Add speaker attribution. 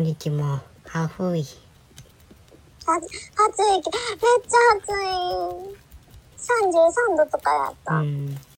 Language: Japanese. Speaker 1: 日も暑い。
Speaker 2: あ暑いけどめっちゃ暑い33度とかやった、
Speaker 1: うん。